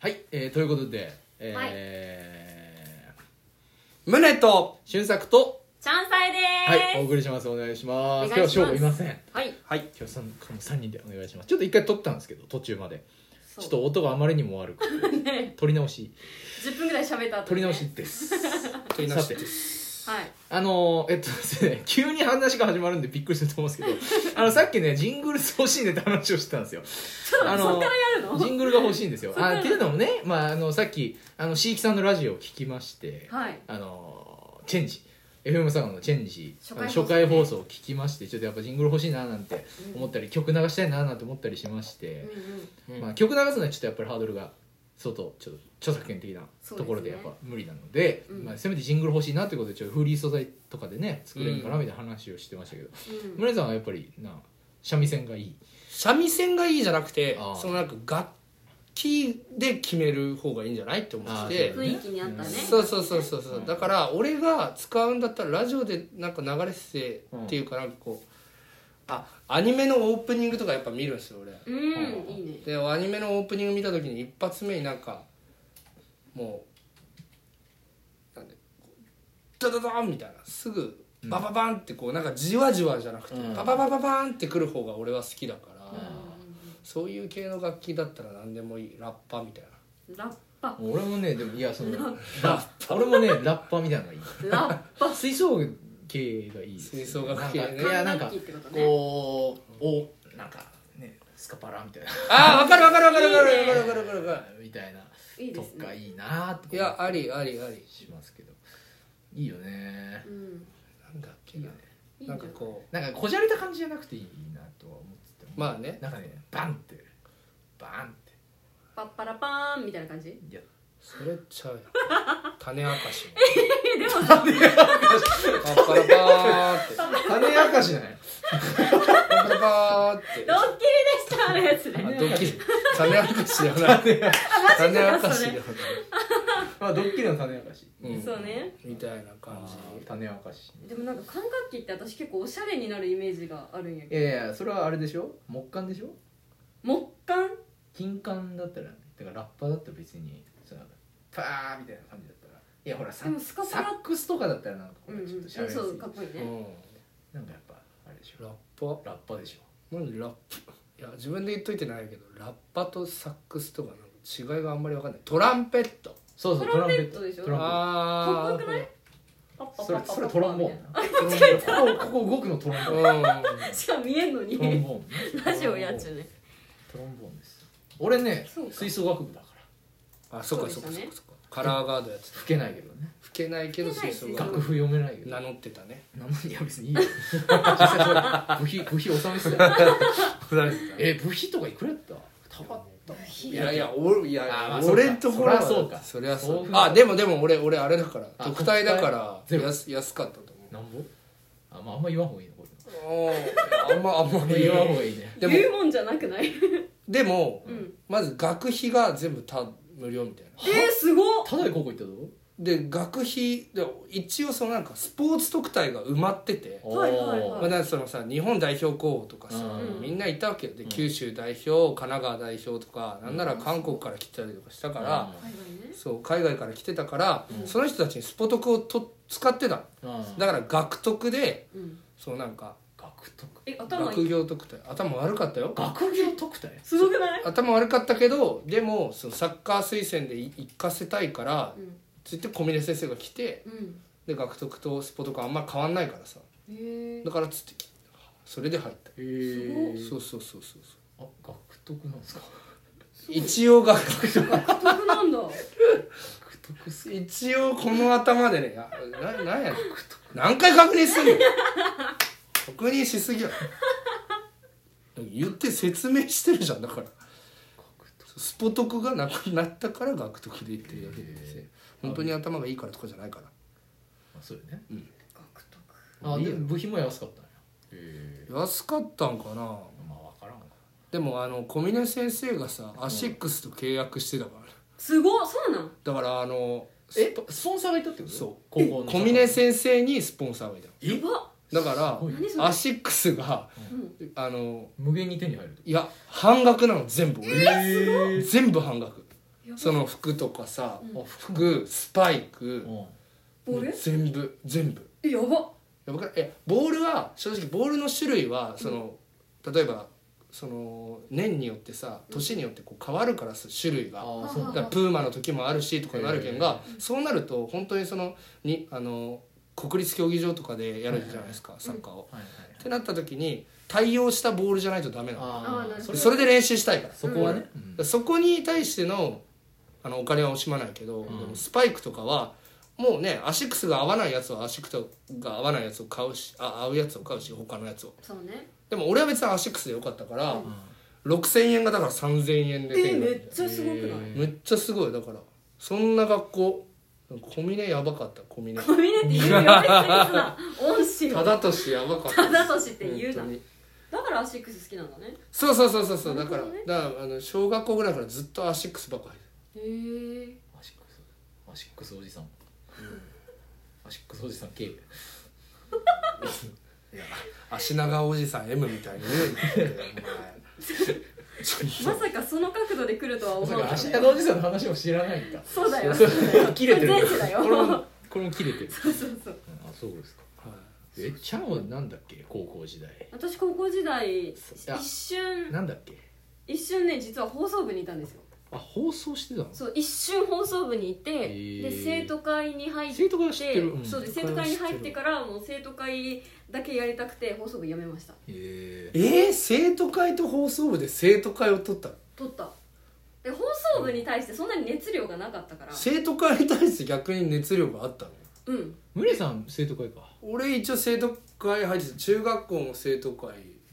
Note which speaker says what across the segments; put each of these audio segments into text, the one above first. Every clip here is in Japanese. Speaker 1: はい、えーということで、えー宗と俊作と、
Speaker 2: チャンサイで
Speaker 1: はい、お
Speaker 2: ーす。
Speaker 1: 送りします。お願いしま
Speaker 2: お
Speaker 1: す。
Speaker 2: 願いします
Speaker 1: 今日翔吾いません。今
Speaker 2: はい。
Speaker 3: はい。
Speaker 1: 日さんこの三人でお願いします。ちょっと一回撮ったんですけど、途中まで。ち
Speaker 2: ち
Speaker 1: ょ っと音があまりにも悪くて、
Speaker 2: ね、
Speaker 1: 撮り直 し、
Speaker 2: 10分ぐらい喋った後、ね。
Speaker 1: 撮り直し。 です。
Speaker 3: 取り直してです。
Speaker 2: はい。
Speaker 1: あのーえっとですね、 急に話が始まるんでびっくりすると思うんですけ ど、あの、さっきね、ジングル欲しいねって話をしてたんですよ。
Speaker 2: ちょっと
Speaker 1: あの
Speaker 2: 待って、そっからやるの
Speaker 1: ジングルが欲しいんですよ。
Speaker 2: そんな
Speaker 1: あ
Speaker 2: の
Speaker 1: っていうのもね、まあ、あのさっきあの椎木さんのラジオを聞きまして、
Speaker 2: はい。
Speaker 1: あのチェンジ FM サウンドのチェンジ
Speaker 2: 初
Speaker 1: あの
Speaker 2: 回放送
Speaker 1: 初回放送を聞きましてちょっとやっぱジングル欲しいななんて思ったり、曲流したいななんて思ったりしまし
Speaker 2: うん
Speaker 1: て、
Speaker 2: うん。
Speaker 3: うん
Speaker 1: まあ、曲流すのはちょっとやっぱりハードルが相当ちょっと著作権的な
Speaker 2: そうですね
Speaker 1: ところでやっぱ無理なので、
Speaker 2: うん
Speaker 1: まあ、せめてジングル欲しいなってことでちょっとフリー素材とかでね作れるかなみたいな話をしてましたけど、
Speaker 2: うん、
Speaker 1: 村井さんはやっぱりな三味線がいい
Speaker 3: 三味線がいいじゃなくて
Speaker 1: あー、
Speaker 3: そのなんか楽器で決める方がいいんじゃないって思っ
Speaker 1: あ
Speaker 3: て
Speaker 1: ー。
Speaker 2: 雰囲気に合ったね。
Speaker 3: そうそうそうそうそううんだから俺が使うんだったらラジオでなんか流れててっていうかなんかこうあアニメのオープニングとかやっぱ見るんですよ俺
Speaker 2: うん、いいね。
Speaker 3: でアニメのオープニング見た時に一発目になんかもうなんでダダダンみたいなすぐバババンってこうなんかじわじわじゃなくて、
Speaker 1: うん
Speaker 3: バババババンってくる方が俺は好きだから、
Speaker 2: う
Speaker 3: そういう系の楽器だったら何でもいいラッパみたいなん
Speaker 2: ラッパ。
Speaker 1: 俺もねでもいやそのラッパ俺もねラッパーみたいなのがいい
Speaker 2: ラッパ。
Speaker 1: 吹奏楽系がいいですね
Speaker 3: 吹奏楽系ね
Speaker 1: いやなんか
Speaker 2: 管楽器ってことね
Speaker 1: こうおなんかねスカパラみたいな
Speaker 3: ああ分かる分かる分かる分かる分かる分かる分かる
Speaker 1: みたいない
Speaker 2: い
Speaker 1: と
Speaker 2: です
Speaker 1: か
Speaker 2: ね。
Speaker 1: いいなとか
Speaker 3: いやありありあり
Speaker 1: しますけどいいよね
Speaker 2: うん。
Speaker 3: なんだっけな
Speaker 2: うん
Speaker 3: なんかこ
Speaker 1: なんかこじゃれた感じじゃなくていいなとは思ってて
Speaker 3: うまあね
Speaker 1: なんかねバンってバンって
Speaker 2: パッパラパーンみたいな感じ。
Speaker 1: いや
Speaker 3: それちゃうよ種明かし
Speaker 2: え、でもさ、
Speaker 3: のパッパラパーってパ
Speaker 1: 種明かしじゃない
Speaker 3: ッパラパーっ
Speaker 2: ドッキリでした、あのやつ
Speaker 3: て
Speaker 2: ね。
Speaker 3: あドッキリ種明かしじ ゃない種明かしじゃない
Speaker 1: まあドッキリの種明かし
Speaker 3: うん
Speaker 2: そうね
Speaker 3: みたいな感じ
Speaker 1: あー種明かし
Speaker 2: でもなんか管楽器って私結構おしゃれになるイメージがあるんや
Speaker 1: い
Speaker 2: け
Speaker 1: やいやそれはあれでしょ木管でしょ
Speaker 2: ど。木管
Speaker 1: 金管だったらねだからラッパーだったら別にそのパーみたいな感じだったらいやほらサ
Speaker 2: でもスカパ
Speaker 1: サ
Speaker 2: ラ
Speaker 1: ックスとかだったらなんかこ
Speaker 2: うんう
Speaker 1: れ
Speaker 2: ん。
Speaker 1: ちょっとしゃ
Speaker 2: そ
Speaker 1: べりやすい、
Speaker 2: う、かっこいいうね。
Speaker 3: ん
Speaker 1: なんかやっぱあれでしょ
Speaker 3: ラッパ
Speaker 1: ラッパーでしょ
Speaker 3: なんでラッパいや自分で言っといてないけどラッパとサックスとかの違いがあんまり分かんないトランペット
Speaker 1: そうそう
Speaker 2: トランペットでしょ
Speaker 1: トラン
Speaker 3: あ
Speaker 2: かっ
Speaker 3: あ
Speaker 2: こよくないパッパ
Speaker 1: ペットそれ
Speaker 2: ッパッパッパッパッ
Speaker 1: それトロンボーンなここここ動くのトロンボ ーン
Speaker 3: う
Speaker 2: しかも見えんの
Speaker 1: トロン
Speaker 2: に
Speaker 1: ボーンね
Speaker 2: ラジオやっちゃうね
Speaker 1: トロンボーンです俺ね
Speaker 2: そうか
Speaker 1: 吹奏楽部だから
Speaker 3: んあそっかそっかそっかそっかカラーガードやってた
Speaker 1: 吹けないけどね
Speaker 3: 吹けないけど吹奏楽
Speaker 1: 楽譜読めないけど
Speaker 3: 名乗ってたね
Speaker 1: なのにいや別にいいよ実際それ 部費部費納めてたよえ部費とかいくらやった高かった
Speaker 3: いやいや俺いやい
Speaker 1: あーまあ
Speaker 3: や
Speaker 1: そうか
Speaker 3: 俺んところは
Speaker 1: そりゃそうか
Speaker 3: そりゃそう
Speaker 1: そうか
Speaker 3: あでもでも俺俺あれだから
Speaker 1: あ
Speaker 3: 特待だから
Speaker 1: 特待ゼロ
Speaker 3: 安安かったと思
Speaker 1: なんぼあ,、まあ、あんま言わんほうがいいのこれ
Speaker 3: うあーあんまあんまり
Speaker 1: 言わんほうがいいね
Speaker 3: で
Speaker 2: 言
Speaker 3: も
Speaker 2: うもんじゃなくない
Speaker 3: でも
Speaker 2: うん
Speaker 3: まず学費が全部た無料みたいな
Speaker 2: えー、すごった
Speaker 1: だで高校行ったぞ
Speaker 3: で学費で一応そのなんかスポーツ特待が埋まってて
Speaker 2: はいはいはい
Speaker 3: まあ、だからそのさ日本代表候補とかさ、
Speaker 1: うん
Speaker 3: みんないたわけよで
Speaker 1: うん
Speaker 3: 九州代表神奈川代表とかなんなら韓国から来てたりとかしたから、
Speaker 2: 海外ね
Speaker 3: そう海外から来てたから、
Speaker 1: うん
Speaker 3: その人たちにスポトクをと使ってただ
Speaker 1: だ
Speaker 3: から学徳で
Speaker 2: うん
Speaker 3: そうなんか
Speaker 1: 学徳
Speaker 2: え頭い
Speaker 3: 学
Speaker 2: い
Speaker 3: 業特待頭悪かったよ
Speaker 1: 学業特待
Speaker 2: すごくない
Speaker 3: 頭悪かったけどでもそのサッカー推薦でい行かせたいから
Speaker 2: うん
Speaker 3: ついて小峰先生が来て
Speaker 2: うん
Speaker 3: で学徳とスポトクあんま変わんないからさ
Speaker 2: へえ
Speaker 3: だからつってそれで入った
Speaker 1: へ
Speaker 2: ー
Speaker 1: え
Speaker 3: そうそうそうそうそう
Speaker 1: あ学徳なんですか
Speaker 3: 一応学徳
Speaker 2: 独特なんだ
Speaker 1: 学徳す
Speaker 3: 一応この頭でねあななんやねん何回確認すんの確認しすぎやろ言って説明してるじゃんだから
Speaker 1: 学徳
Speaker 3: スポトクがなくなったから学徳で言ってるだけで
Speaker 1: へえ
Speaker 3: 本当に頭がいいからとかじゃないから
Speaker 1: あそうよね
Speaker 2: 独特
Speaker 1: あ
Speaker 3: いい
Speaker 1: で
Speaker 3: よ
Speaker 1: も部費も安かったんやへえ
Speaker 3: 安かったんかな
Speaker 1: まあ分からんか
Speaker 3: でもあの小峰先生がさアシックスと契約してたからね
Speaker 2: すごっそうなん
Speaker 3: だからあの
Speaker 1: えスポンサーがいたってこと
Speaker 3: そう
Speaker 1: 高校の
Speaker 3: 小峰先生にスポンサーがいた
Speaker 1: え
Speaker 2: やば
Speaker 3: だか
Speaker 1: ごい
Speaker 2: 何そ
Speaker 3: ら
Speaker 2: れ
Speaker 3: アシックスが
Speaker 2: うん
Speaker 3: あの
Speaker 1: 無限に手に入るってこ
Speaker 3: いや半額なの全部
Speaker 1: と
Speaker 3: 俺
Speaker 1: え
Speaker 3: 全部半額
Speaker 2: や
Speaker 3: その服とかさ、
Speaker 2: うん
Speaker 3: 服スパイク
Speaker 1: うん
Speaker 2: ボール
Speaker 3: 全部全部
Speaker 2: えやば
Speaker 3: いや僕はえボールは正直ボールの種類はその、例えばその年によってさ年によってこう変わるからす種類が。
Speaker 1: ああ
Speaker 2: そう
Speaker 3: だ
Speaker 1: そ
Speaker 3: からプーマの時もあるしとかになるけんが
Speaker 2: へえ
Speaker 3: そうなると本当にそのにあの国立競技場とかでやるじゃないですかサッカーを。
Speaker 1: うはいはい
Speaker 3: ってなった時に対応したボールじゃないとダメなの
Speaker 1: あ
Speaker 2: あーな
Speaker 1: あ
Speaker 2: るほ
Speaker 1: そ
Speaker 2: ど
Speaker 1: れ
Speaker 3: それで練習したいから
Speaker 1: そこはね、うん
Speaker 3: そこに対してのあのお金は惜しまないけど、
Speaker 1: ん
Speaker 3: でもスパイクとかはもうねアシックスが合わないやつはアシックスが合わないやつを買うしあ合うやつを買うし他のやつを
Speaker 2: そうね
Speaker 3: でも俺は別にアシックスでよかったから、
Speaker 2: うん
Speaker 3: 6000円がだから3000円で手
Speaker 2: え
Speaker 3: に入
Speaker 2: め
Speaker 3: る
Speaker 2: っちゃすごくない
Speaker 1: へ
Speaker 3: めっちゃすごいだからそんな学校小峰やばかった小峰
Speaker 2: コミネって言うよやめてな恩 師
Speaker 3: た
Speaker 2: を
Speaker 3: だとしてやばかった
Speaker 2: ただとして言うな
Speaker 3: 本当に
Speaker 2: だからアシックス好きなんだね
Speaker 3: そうそうそうそうそうだから
Speaker 2: なるほどね
Speaker 3: だからあの小学校ぐらいからずっとアシックスばっかり
Speaker 2: へえ
Speaker 1: アシックスアシックスおじさん、アシックスおじさん K
Speaker 3: 足長おじさん M みたいに 言うんだよお前ちょ
Speaker 2: ま
Speaker 3: っ
Speaker 2: さかその角度で来るとは
Speaker 1: ま
Speaker 2: 思
Speaker 1: さ
Speaker 2: わ
Speaker 1: か
Speaker 2: なかっ
Speaker 1: 足
Speaker 2: た
Speaker 1: 長おじさんの話も知らないんだ
Speaker 2: そ うだよ
Speaker 1: そ
Speaker 2: そううだよ
Speaker 1: 切れてる
Speaker 2: こ前世だよ
Speaker 1: これもこれも切れてる
Speaker 2: そうそうそう
Speaker 1: あそうですか
Speaker 3: とはい
Speaker 1: えちゃんはなんだっけ高校時代
Speaker 2: 私高校時代一
Speaker 1: いや
Speaker 2: 瞬
Speaker 1: なんだっけ
Speaker 2: 一瞬ね実は放送部にいたんですよ
Speaker 1: あ放送してたの
Speaker 2: そう一瞬放送部にいて、
Speaker 1: ー
Speaker 2: で生徒会に入って
Speaker 1: 生徒会は知ってるうん
Speaker 2: そうで生徒会に入ってからもう生徒会だけやりたくて放送部やめました
Speaker 1: ええ
Speaker 3: えー、生徒会と放送部で生徒会を取ったの
Speaker 2: 取ったで放送部に対してそんなに熱量がなかったから
Speaker 3: 生徒会に対して逆に熱量があったの
Speaker 2: うん
Speaker 1: ムネさん生徒会か
Speaker 3: 俺一応生徒会入ってて中学校も生徒会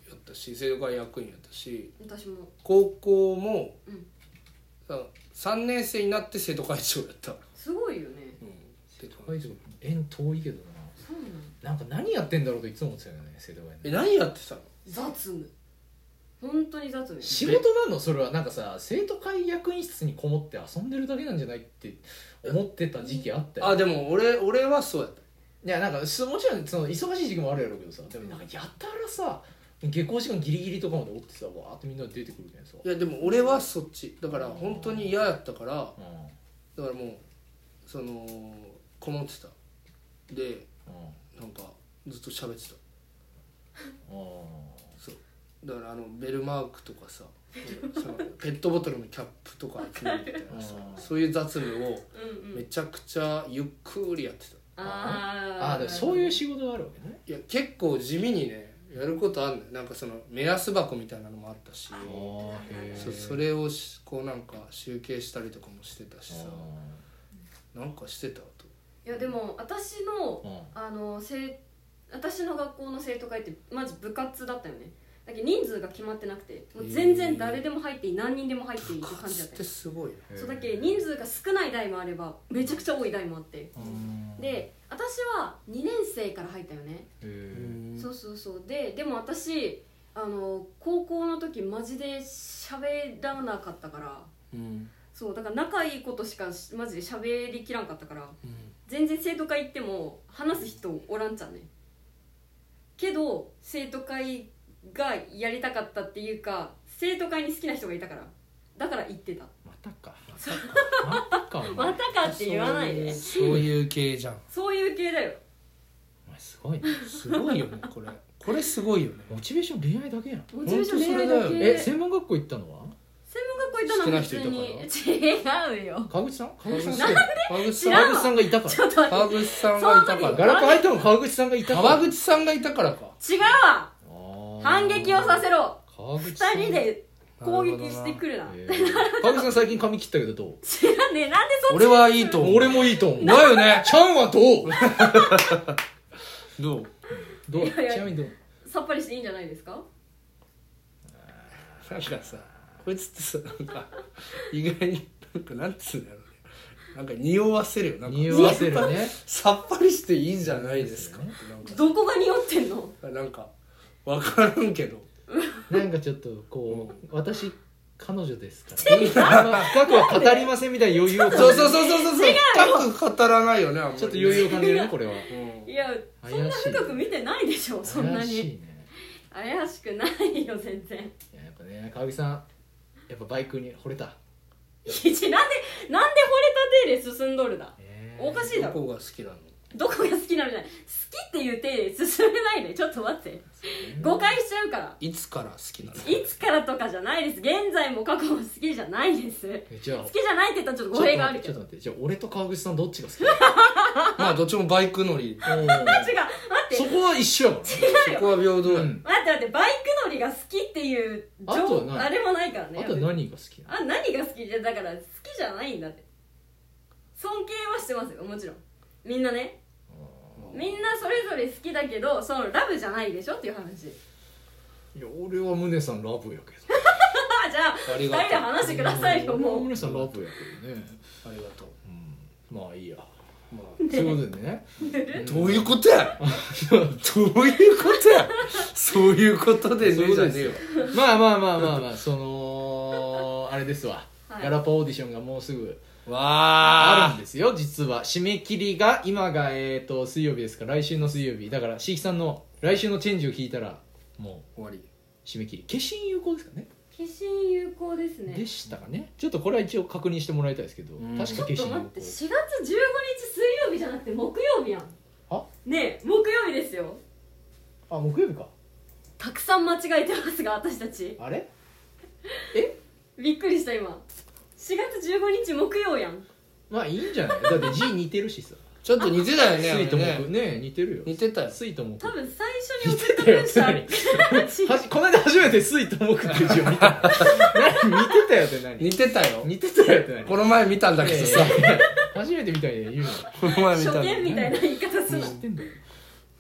Speaker 3: やったし生徒会役員やったし
Speaker 2: 私も
Speaker 3: 高校も
Speaker 2: うん
Speaker 3: 3年生になって生徒会長やった、うん、
Speaker 2: すごいよね
Speaker 1: 生
Speaker 3: 生徒
Speaker 1: 徒
Speaker 3: 会
Speaker 1: 会長縁遠いけどな
Speaker 2: そう
Speaker 1: な
Speaker 2: なの
Speaker 1: んか何やってんだろうといつも思ってたよね生徒会
Speaker 3: え
Speaker 1: ね
Speaker 3: 何やってたの
Speaker 2: 雑務本当に雑務
Speaker 1: 仕事なのそれはなんかさ生徒会役員室にこもって遊んでるだけなんじゃないって思ってた時期あったよ
Speaker 3: あでも俺俺はそうやった
Speaker 1: いやなんかすもちろんその忙しい時期もあるやろうけどさでもなんかやたらさ下校時間ギリギリとかまでおってさわーってみんなで出てくるけんさ
Speaker 3: いやでも俺はそっちだから本当に嫌やったから
Speaker 1: うん
Speaker 3: だからもうそのこもってたで
Speaker 1: うん
Speaker 3: なんかずっと喋ってた
Speaker 1: うん
Speaker 3: そうだからあのベルマークとかさそのペットボトルのキャップとか集めるみたいなさ
Speaker 1: うん
Speaker 3: そういう雑務を
Speaker 2: うんう
Speaker 3: め
Speaker 2: ん
Speaker 3: ちゃくちゃゆっくりやってた
Speaker 2: あー
Speaker 1: あーでもそういう仕事があるわけね
Speaker 3: いや結構地味にねやることあんのよなんかその目安箱みたいなのもあったしそそれをしこうなんか集計したりとかもしてたしさなんかしてたと
Speaker 2: いやでも私の
Speaker 1: うん
Speaker 2: あの生私の学校の生徒会ってまず部活だったよねだけど人数が決まってなくてもう全然誰でも入っていい何人でも入っていいって感じだ
Speaker 3: 活
Speaker 2: っ
Speaker 3: ったて
Speaker 2: よ
Speaker 3: すごいな
Speaker 2: そうだけ人数が少ない代もあればめちゃくちゃ多い代もあって
Speaker 1: うん
Speaker 2: で私は2年生から入ったよね、
Speaker 1: へー
Speaker 3: ん
Speaker 2: そうそうそうででも私あの高校の時マジで喋らなかったから
Speaker 3: うん
Speaker 2: そうだから仲いいことしかしマジで喋りきらんかったから
Speaker 3: うん
Speaker 2: 全然生徒会行っても話す人おらんちゃんねけど生徒会がやりたかったっていうか生徒会に好きな人がいたからだから行ってた
Speaker 1: またかまたかお前
Speaker 2: またかって言わないで
Speaker 3: そういうそういう系じゃん
Speaker 2: そういう系だよ
Speaker 1: お前すごいね
Speaker 3: すごいよねこれこれすごいよね
Speaker 1: モチベーション恋愛だけやん
Speaker 2: モチベーション
Speaker 3: 本当それ
Speaker 2: 恋愛
Speaker 3: だよ
Speaker 2: だけ
Speaker 1: え専門学校行ったのは
Speaker 2: 専門学校行ったのは普通に違 うよ
Speaker 1: 川口さん川口さん
Speaker 3: 川口さ
Speaker 2: 知
Speaker 3: ん
Speaker 2: らん
Speaker 1: 川口さんがいたか
Speaker 2: ちょっと
Speaker 3: 川口さん
Speaker 2: 待
Speaker 3: 川口さんがいたから
Speaker 1: らガラク入ったの川口さんがいたから
Speaker 3: 川口さんがいたからか
Speaker 2: って違うわ
Speaker 1: あー
Speaker 2: 反撃をさせろ
Speaker 1: 川口さん
Speaker 2: 二人で攻撃してくるな
Speaker 1: えー川口さん最近髪切ったけどどう
Speaker 2: 知らねえなんでそっち
Speaker 3: 俺はいいと思う
Speaker 1: 俺もいいと思う
Speaker 3: だよね
Speaker 1: ちゃんはどう
Speaker 3: どう
Speaker 1: どう
Speaker 2: いやいや
Speaker 1: ちなみにどう
Speaker 2: さっぱりしていいんじゃないですか
Speaker 3: なんかさこいつってさなんか意外になんかなんつうんだろうねなんか匂わせるよなんか
Speaker 1: 匂わせるね
Speaker 3: さっぱりしていいんじゃないですか
Speaker 1: そうで
Speaker 2: どこが匂ってんの
Speaker 3: なんかなんか分からんけど
Speaker 1: なんかちょっとこう私彼女です から、ね、深くは語りませんみたいな余裕を
Speaker 3: そうそうそうそうそうそう深く語らないよねあんまり
Speaker 1: ちょっと余裕を感じるねこれは
Speaker 3: うん
Speaker 2: いやそんな深く見てないでしょそんな
Speaker 1: 怪しい
Speaker 2: に
Speaker 1: ね
Speaker 2: 怪しくないよ全然
Speaker 1: いややっぱね川口さんやっぱバイクに惚れた
Speaker 2: いやちなんでなんで惚れた手で進んどるだおかしいだ
Speaker 3: ど
Speaker 2: ろ
Speaker 3: こが好きなの
Speaker 2: どこが好きなのじゃない好きっていう手で進めないでちょっと待って誤解しちゃうから
Speaker 3: いつから好きなの
Speaker 2: いつからとかじゃないです現在も過去も好きじゃないです好
Speaker 1: えじゃあ
Speaker 2: きじゃないって言ったらちょっと語弊があるけ
Speaker 1: ちょっ
Speaker 2: ど
Speaker 1: と待ってちょっと待っ
Speaker 2: 違う
Speaker 1: てじゃあ俺と川口さんどっちが好き
Speaker 3: まあどっちもバイク乗り
Speaker 1: おー
Speaker 2: 待って
Speaker 1: そこは一緒やもん
Speaker 3: そこは平等や、
Speaker 1: うん
Speaker 2: 待って待ってバイク乗りが好きっていう情
Speaker 1: あとはない
Speaker 2: あれもないからね
Speaker 1: あとは何が好きなの
Speaker 2: あ何が好きじゃだから好きじゃないんだって尊敬はしてますよもちろんみんなねみんなそれぞれ好きだけどそのラブじゃないでしょっていう話
Speaker 1: いや俺は宗さんラブやけど
Speaker 2: あじゃあ
Speaker 3: あ
Speaker 2: 二
Speaker 3: り
Speaker 2: 人
Speaker 3: がとう
Speaker 2: で話してくださいよもう
Speaker 1: 俺は宗さんラブやけどね
Speaker 3: ありがとう、
Speaker 1: うんまあいいや
Speaker 3: まあ
Speaker 1: そういうことでね
Speaker 3: どういうこ とやどういうことや そういうことで
Speaker 1: そうい
Speaker 3: ね
Speaker 1: うことで
Speaker 3: じゃね
Speaker 1: す
Speaker 3: え
Speaker 1: よ
Speaker 3: よ
Speaker 1: まあまあまあまあまあそのあれですわ
Speaker 2: はい
Speaker 1: ガラパオーディションがもうすぐあるん
Speaker 3: わあ
Speaker 1: ですよ実は締め切りが今がえーと水曜日ですから来週の水曜日だから椎木さんの来週のチェンジを聞いたらも
Speaker 3: 終わり
Speaker 1: う締め切り決心有効ですかね
Speaker 2: 化身有効ですね
Speaker 1: でしたかねちょっとこれは一応確認してもらいたいですけど
Speaker 3: うん
Speaker 1: 確か
Speaker 2: ちょっ
Speaker 1: 決
Speaker 2: と
Speaker 1: 心有
Speaker 2: 待
Speaker 1: 効
Speaker 2: って4月15日水曜日じゃなくて木曜日やん
Speaker 1: あ
Speaker 2: ねえ木曜日ですよ
Speaker 1: あ木曜日か
Speaker 2: たくさん間違えてますが私たち
Speaker 1: あれ
Speaker 2: びっくりした今4月15日木曜やん
Speaker 1: まあいいんじ ゃないだって字似てるしさ
Speaker 3: ちょっと似てたよね
Speaker 1: 水と
Speaker 3: あれね
Speaker 1: 木ね似てるよ
Speaker 3: 似てたよ
Speaker 1: 水と木
Speaker 2: 多分最初に送った文章あれ
Speaker 1: はじこの間初めて水と木っていう字を見た 何似てたよって 何
Speaker 3: 似てたよ
Speaker 1: 似てたよって何
Speaker 3: この前見たんだけどさ
Speaker 1: い初めて見たいで言うの
Speaker 3: この前 見
Speaker 2: 初
Speaker 3: たんだ
Speaker 2: 見みたいな言い方する
Speaker 1: 知ってんだよ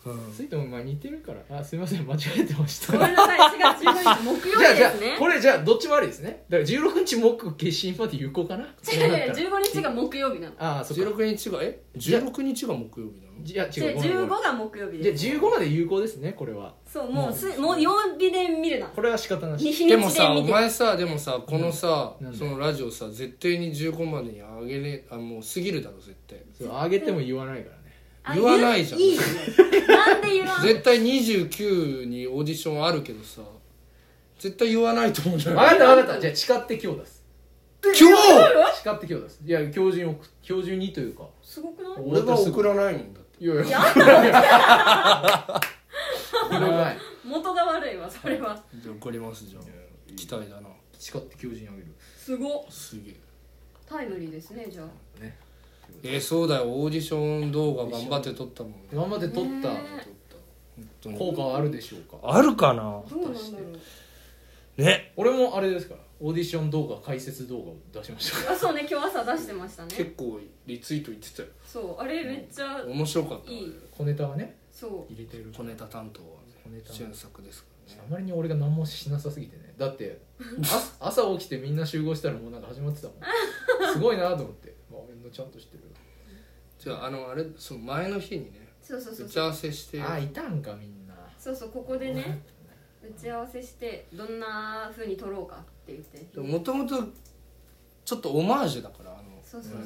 Speaker 3: うん
Speaker 1: 水と木まあ似てるからあすいません間違えてました
Speaker 2: ごめんなさい4月15日木曜
Speaker 1: じゃあ
Speaker 2: 日
Speaker 1: じ
Speaker 2: で
Speaker 1: ゃ
Speaker 2: すね
Speaker 1: あこれじゃあどっちもありですねだから16日木決心まで有効かな
Speaker 2: 違う違
Speaker 1: そ
Speaker 2: う
Speaker 1: うなったら
Speaker 2: 15日が木曜日なの
Speaker 1: ああそっか
Speaker 3: 16日がえ16日が木曜日なの
Speaker 1: じゃあ違
Speaker 2: じゃあ
Speaker 1: うごめんごめ
Speaker 2: 15
Speaker 1: ん
Speaker 2: が木曜日
Speaker 1: じゃあ
Speaker 2: です
Speaker 1: 15まで有効ですねこれは
Speaker 2: そうもうす
Speaker 1: うん
Speaker 2: もう曜日で見るな
Speaker 1: これは仕方な
Speaker 2: 日
Speaker 1: し
Speaker 2: 日
Speaker 3: で
Speaker 2: に
Speaker 3: も
Speaker 2: ちで
Speaker 3: さお
Speaker 2: 見て
Speaker 3: 前さでもさこのさ
Speaker 1: なんだ
Speaker 3: そのラジオさ絶対に15までにあげれあもう過ぎるだろ絶対
Speaker 1: そうあげても言わないからね
Speaker 2: あ
Speaker 3: 言わないじゃん
Speaker 2: いいよなんで言わん
Speaker 3: 絶対29にオーディションあるけどさ絶対言わないと思うんだよ
Speaker 1: 分かった分かったじゃあ誓って今日出す
Speaker 3: 今
Speaker 1: 誓って今日出すいや今日中に送今日中にというか
Speaker 2: すごくない
Speaker 3: 日俺は送らないもんだって
Speaker 1: いやいや
Speaker 2: いや
Speaker 1: 送らない
Speaker 2: 元が悪いわそれは
Speaker 3: じゃあ送りますじゃあ期待だな
Speaker 1: 誓って今日中にあげる
Speaker 2: すごっ
Speaker 3: すげえ
Speaker 2: タイムリーですねじゃあ
Speaker 1: ね
Speaker 3: えーそうだよオーディション動画頑張って撮ったもん撮っ
Speaker 1: 頑張って撮っ
Speaker 2: ね
Speaker 1: た
Speaker 3: た
Speaker 1: 効果はあるでしょうか
Speaker 3: あるかな
Speaker 2: どうなんだろう
Speaker 3: ね
Speaker 1: 俺もあれですからオーディション動画解説動画を出しました
Speaker 2: あそうね今日朝出してましたね
Speaker 3: 結構リツイート言ってたよ
Speaker 2: そうあれめっちゃ
Speaker 3: 面白かった
Speaker 2: いい
Speaker 1: 小ネタはね
Speaker 2: そう
Speaker 1: 入れてる
Speaker 3: 小ネタ担当は
Speaker 1: 小ネタ
Speaker 3: 俊作ですから
Speaker 1: あ
Speaker 3: ね
Speaker 1: まりに俺が何もしなさすぎてねだってあ朝起きてみんな集合したらもうなんか始まってたもんすごいなと思って、まあ、みんなちゃんとしてる
Speaker 3: じゃああのあれその前の日にね
Speaker 2: そうそうそ
Speaker 3: 打
Speaker 2: う
Speaker 3: ち合わせして
Speaker 1: あいたんかみんな
Speaker 2: そうそうここでね打ち合わせしてどんな風に撮ろうかって言って
Speaker 3: もともとちょっとオマージュだからあの
Speaker 2: そうそうそう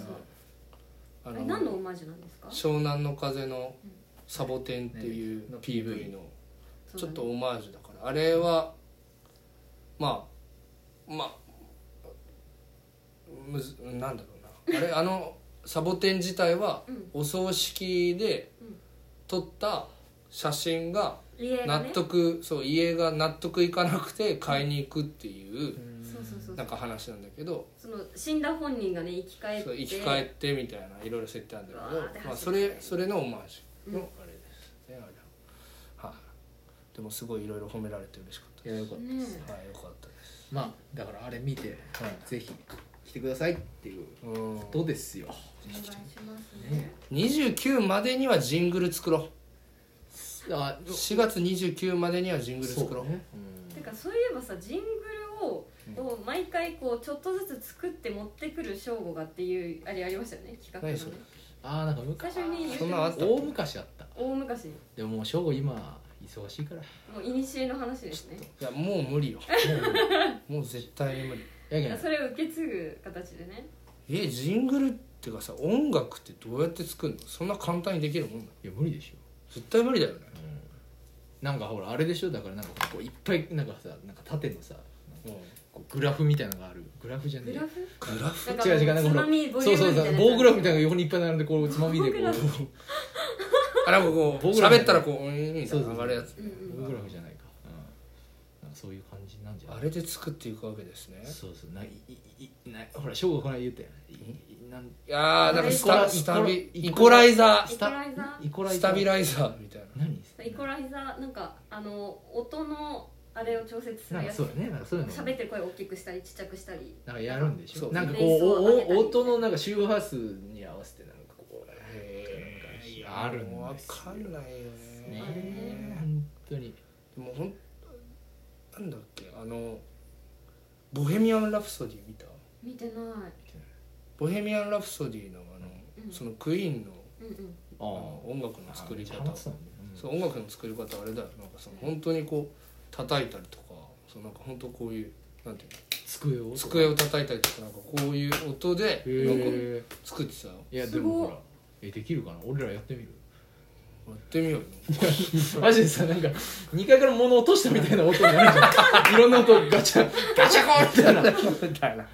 Speaker 3: あ
Speaker 2: あれ何のオマージュなんですか
Speaker 3: 湘南の風のサボテンっていう
Speaker 1: ねの
Speaker 3: PV のちょっと
Speaker 2: そう
Speaker 3: オマージュだからあれはまあまあむずなんだろうなあれあのサボテン自体は
Speaker 2: うん
Speaker 3: お葬式で
Speaker 2: うん
Speaker 3: 撮った写真が
Speaker 2: だね家が
Speaker 3: 納
Speaker 2: ね
Speaker 3: 得、そう家が納得いかなくて買いに行くっていううん
Speaker 2: そうそうそうそ
Speaker 3: なん
Speaker 2: う
Speaker 3: か話なんだけど
Speaker 2: その死んだ本人がね生き返っ
Speaker 3: そう
Speaker 2: て
Speaker 3: 生き返ってみたいないろいろ設定あるんだけ
Speaker 2: うわーって
Speaker 3: ど、まあ、
Speaker 2: 走
Speaker 3: そ
Speaker 2: る
Speaker 3: れそれのオマージュのあれですね、あれははいでもすごいいろいろ褒められて嬉しかった
Speaker 1: いやよかった
Speaker 2: ねえ
Speaker 3: はい、よかったです。
Speaker 1: まあだからあれ見て、ぜひ来てくださいっていう
Speaker 3: うん
Speaker 1: ことですよ
Speaker 2: お願いしますね
Speaker 1: ね
Speaker 3: 29までにはジングル作ろう。
Speaker 1: あ
Speaker 3: 4月29までにはジングル作ろう。
Speaker 2: てかそういえばさジングルをを毎回こうちょっとずつ作って持ってくる省吾がっていうあれありましたよね企画のね
Speaker 3: 何それ
Speaker 1: あーなんか昔
Speaker 2: 最初に言って
Speaker 3: そんなのあ
Speaker 2: ま
Speaker 3: っ
Speaker 2: した
Speaker 1: 大昔あった
Speaker 2: 大昔に
Speaker 1: でももう正午今忙しいから
Speaker 2: もういにしえの話ですね
Speaker 3: いや、もう 無理よ。もう絶対に無理。
Speaker 1: や
Speaker 2: い
Speaker 1: け
Speaker 2: や
Speaker 1: ん
Speaker 2: それを受け継ぐ形でね
Speaker 3: え、ジングルってかさ、音楽ってどうやって作るのそんな簡単にできるもんなの
Speaker 1: いや無理でしょ
Speaker 3: 絶対無理だよね。
Speaker 1: なんかほらあれでしょだからなんかこういっぱいなんかさなんか縦のさ
Speaker 3: うん。
Speaker 1: ここうグラフみたいなのがあるグラフじゃね
Speaker 2: グ
Speaker 1: え
Speaker 2: ラフ
Speaker 3: グラフ
Speaker 2: なんか
Speaker 1: 違う違うなんか
Speaker 2: つ
Speaker 1: ほら
Speaker 2: まみボリ
Speaker 1: そ
Speaker 2: ュ
Speaker 1: うそ
Speaker 2: ー
Speaker 1: う
Speaker 2: ムみ
Speaker 1: そ
Speaker 2: たいな
Speaker 1: う
Speaker 2: やつ
Speaker 1: 棒グラフみたいなのが横にいっぱい並んでこうつまみでこう
Speaker 2: 棒グラフ
Speaker 1: 棒
Speaker 3: あなんかこう
Speaker 1: 僕らの
Speaker 3: 喋ったらこううんみたいな上がるやつ
Speaker 2: うんうん
Speaker 1: グラフじゃないか,、うん、なんかそういう感じなんじゃない
Speaker 3: あれで作っていくわけですね
Speaker 1: そうそうないいいいないほら翔吾この間言ったよいいなん
Speaker 3: いやーなんかス
Speaker 1: あ
Speaker 3: タ
Speaker 1: れ
Speaker 3: スタビ
Speaker 1: イコラ
Speaker 3: イコライザ
Speaker 2: イコライザー
Speaker 1: イコ
Speaker 3: ー
Speaker 1: ライ
Speaker 3: ス
Speaker 1: ザー
Speaker 3: タビライザーみたいな
Speaker 1: 何
Speaker 2: イコライザーなんかあの音のあれを調節す
Speaker 1: なん
Speaker 2: る
Speaker 1: か
Speaker 2: やつ
Speaker 1: そうだねなんかそういうの
Speaker 2: 喋ってる声を大きくしたりちっちゃくしたり
Speaker 1: なんかやるんでし
Speaker 3: そ
Speaker 1: ょ
Speaker 3: う
Speaker 1: なんかこうお
Speaker 2: ベースを上げたり
Speaker 1: お音のなんか周波数に合わせてなんかこうなんか
Speaker 3: へ
Speaker 1: あるんですよ
Speaker 3: わかんないよね
Speaker 1: ね本当に
Speaker 3: でもほんなんだっけあの「ボヘミアン・ラプソディ」見た
Speaker 2: 見てない
Speaker 3: ボヘミアン・ラプソディのあ
Speaker 2: う
Speaker 3: の、
Speaker 2: ん
Speaker 3: そのクイーンの
Speaker 2: うんうん
Speaker 1: あ
Speaker 3: あの音楽の作り方そう音楽の作り方あれだよなんかその本当にこう叩いたりとかそうなんか本当こういうなんていう
Speaker 1: 机を
Speaker 3: の机を叩いたりとかなんかこういう音でなんか
Speaker 1: へ
Speaker 3: 作ってたよ
Speaker 1: えいやでもほらえできるかな俺らやってみる
Speaker 3: やってみようよ
Speaker 1: マジでさなんか2階から物落としたみたいな音になるじゃんい ろんな音ガチャガチャコンみたいななんか
Speaker 3: みたいな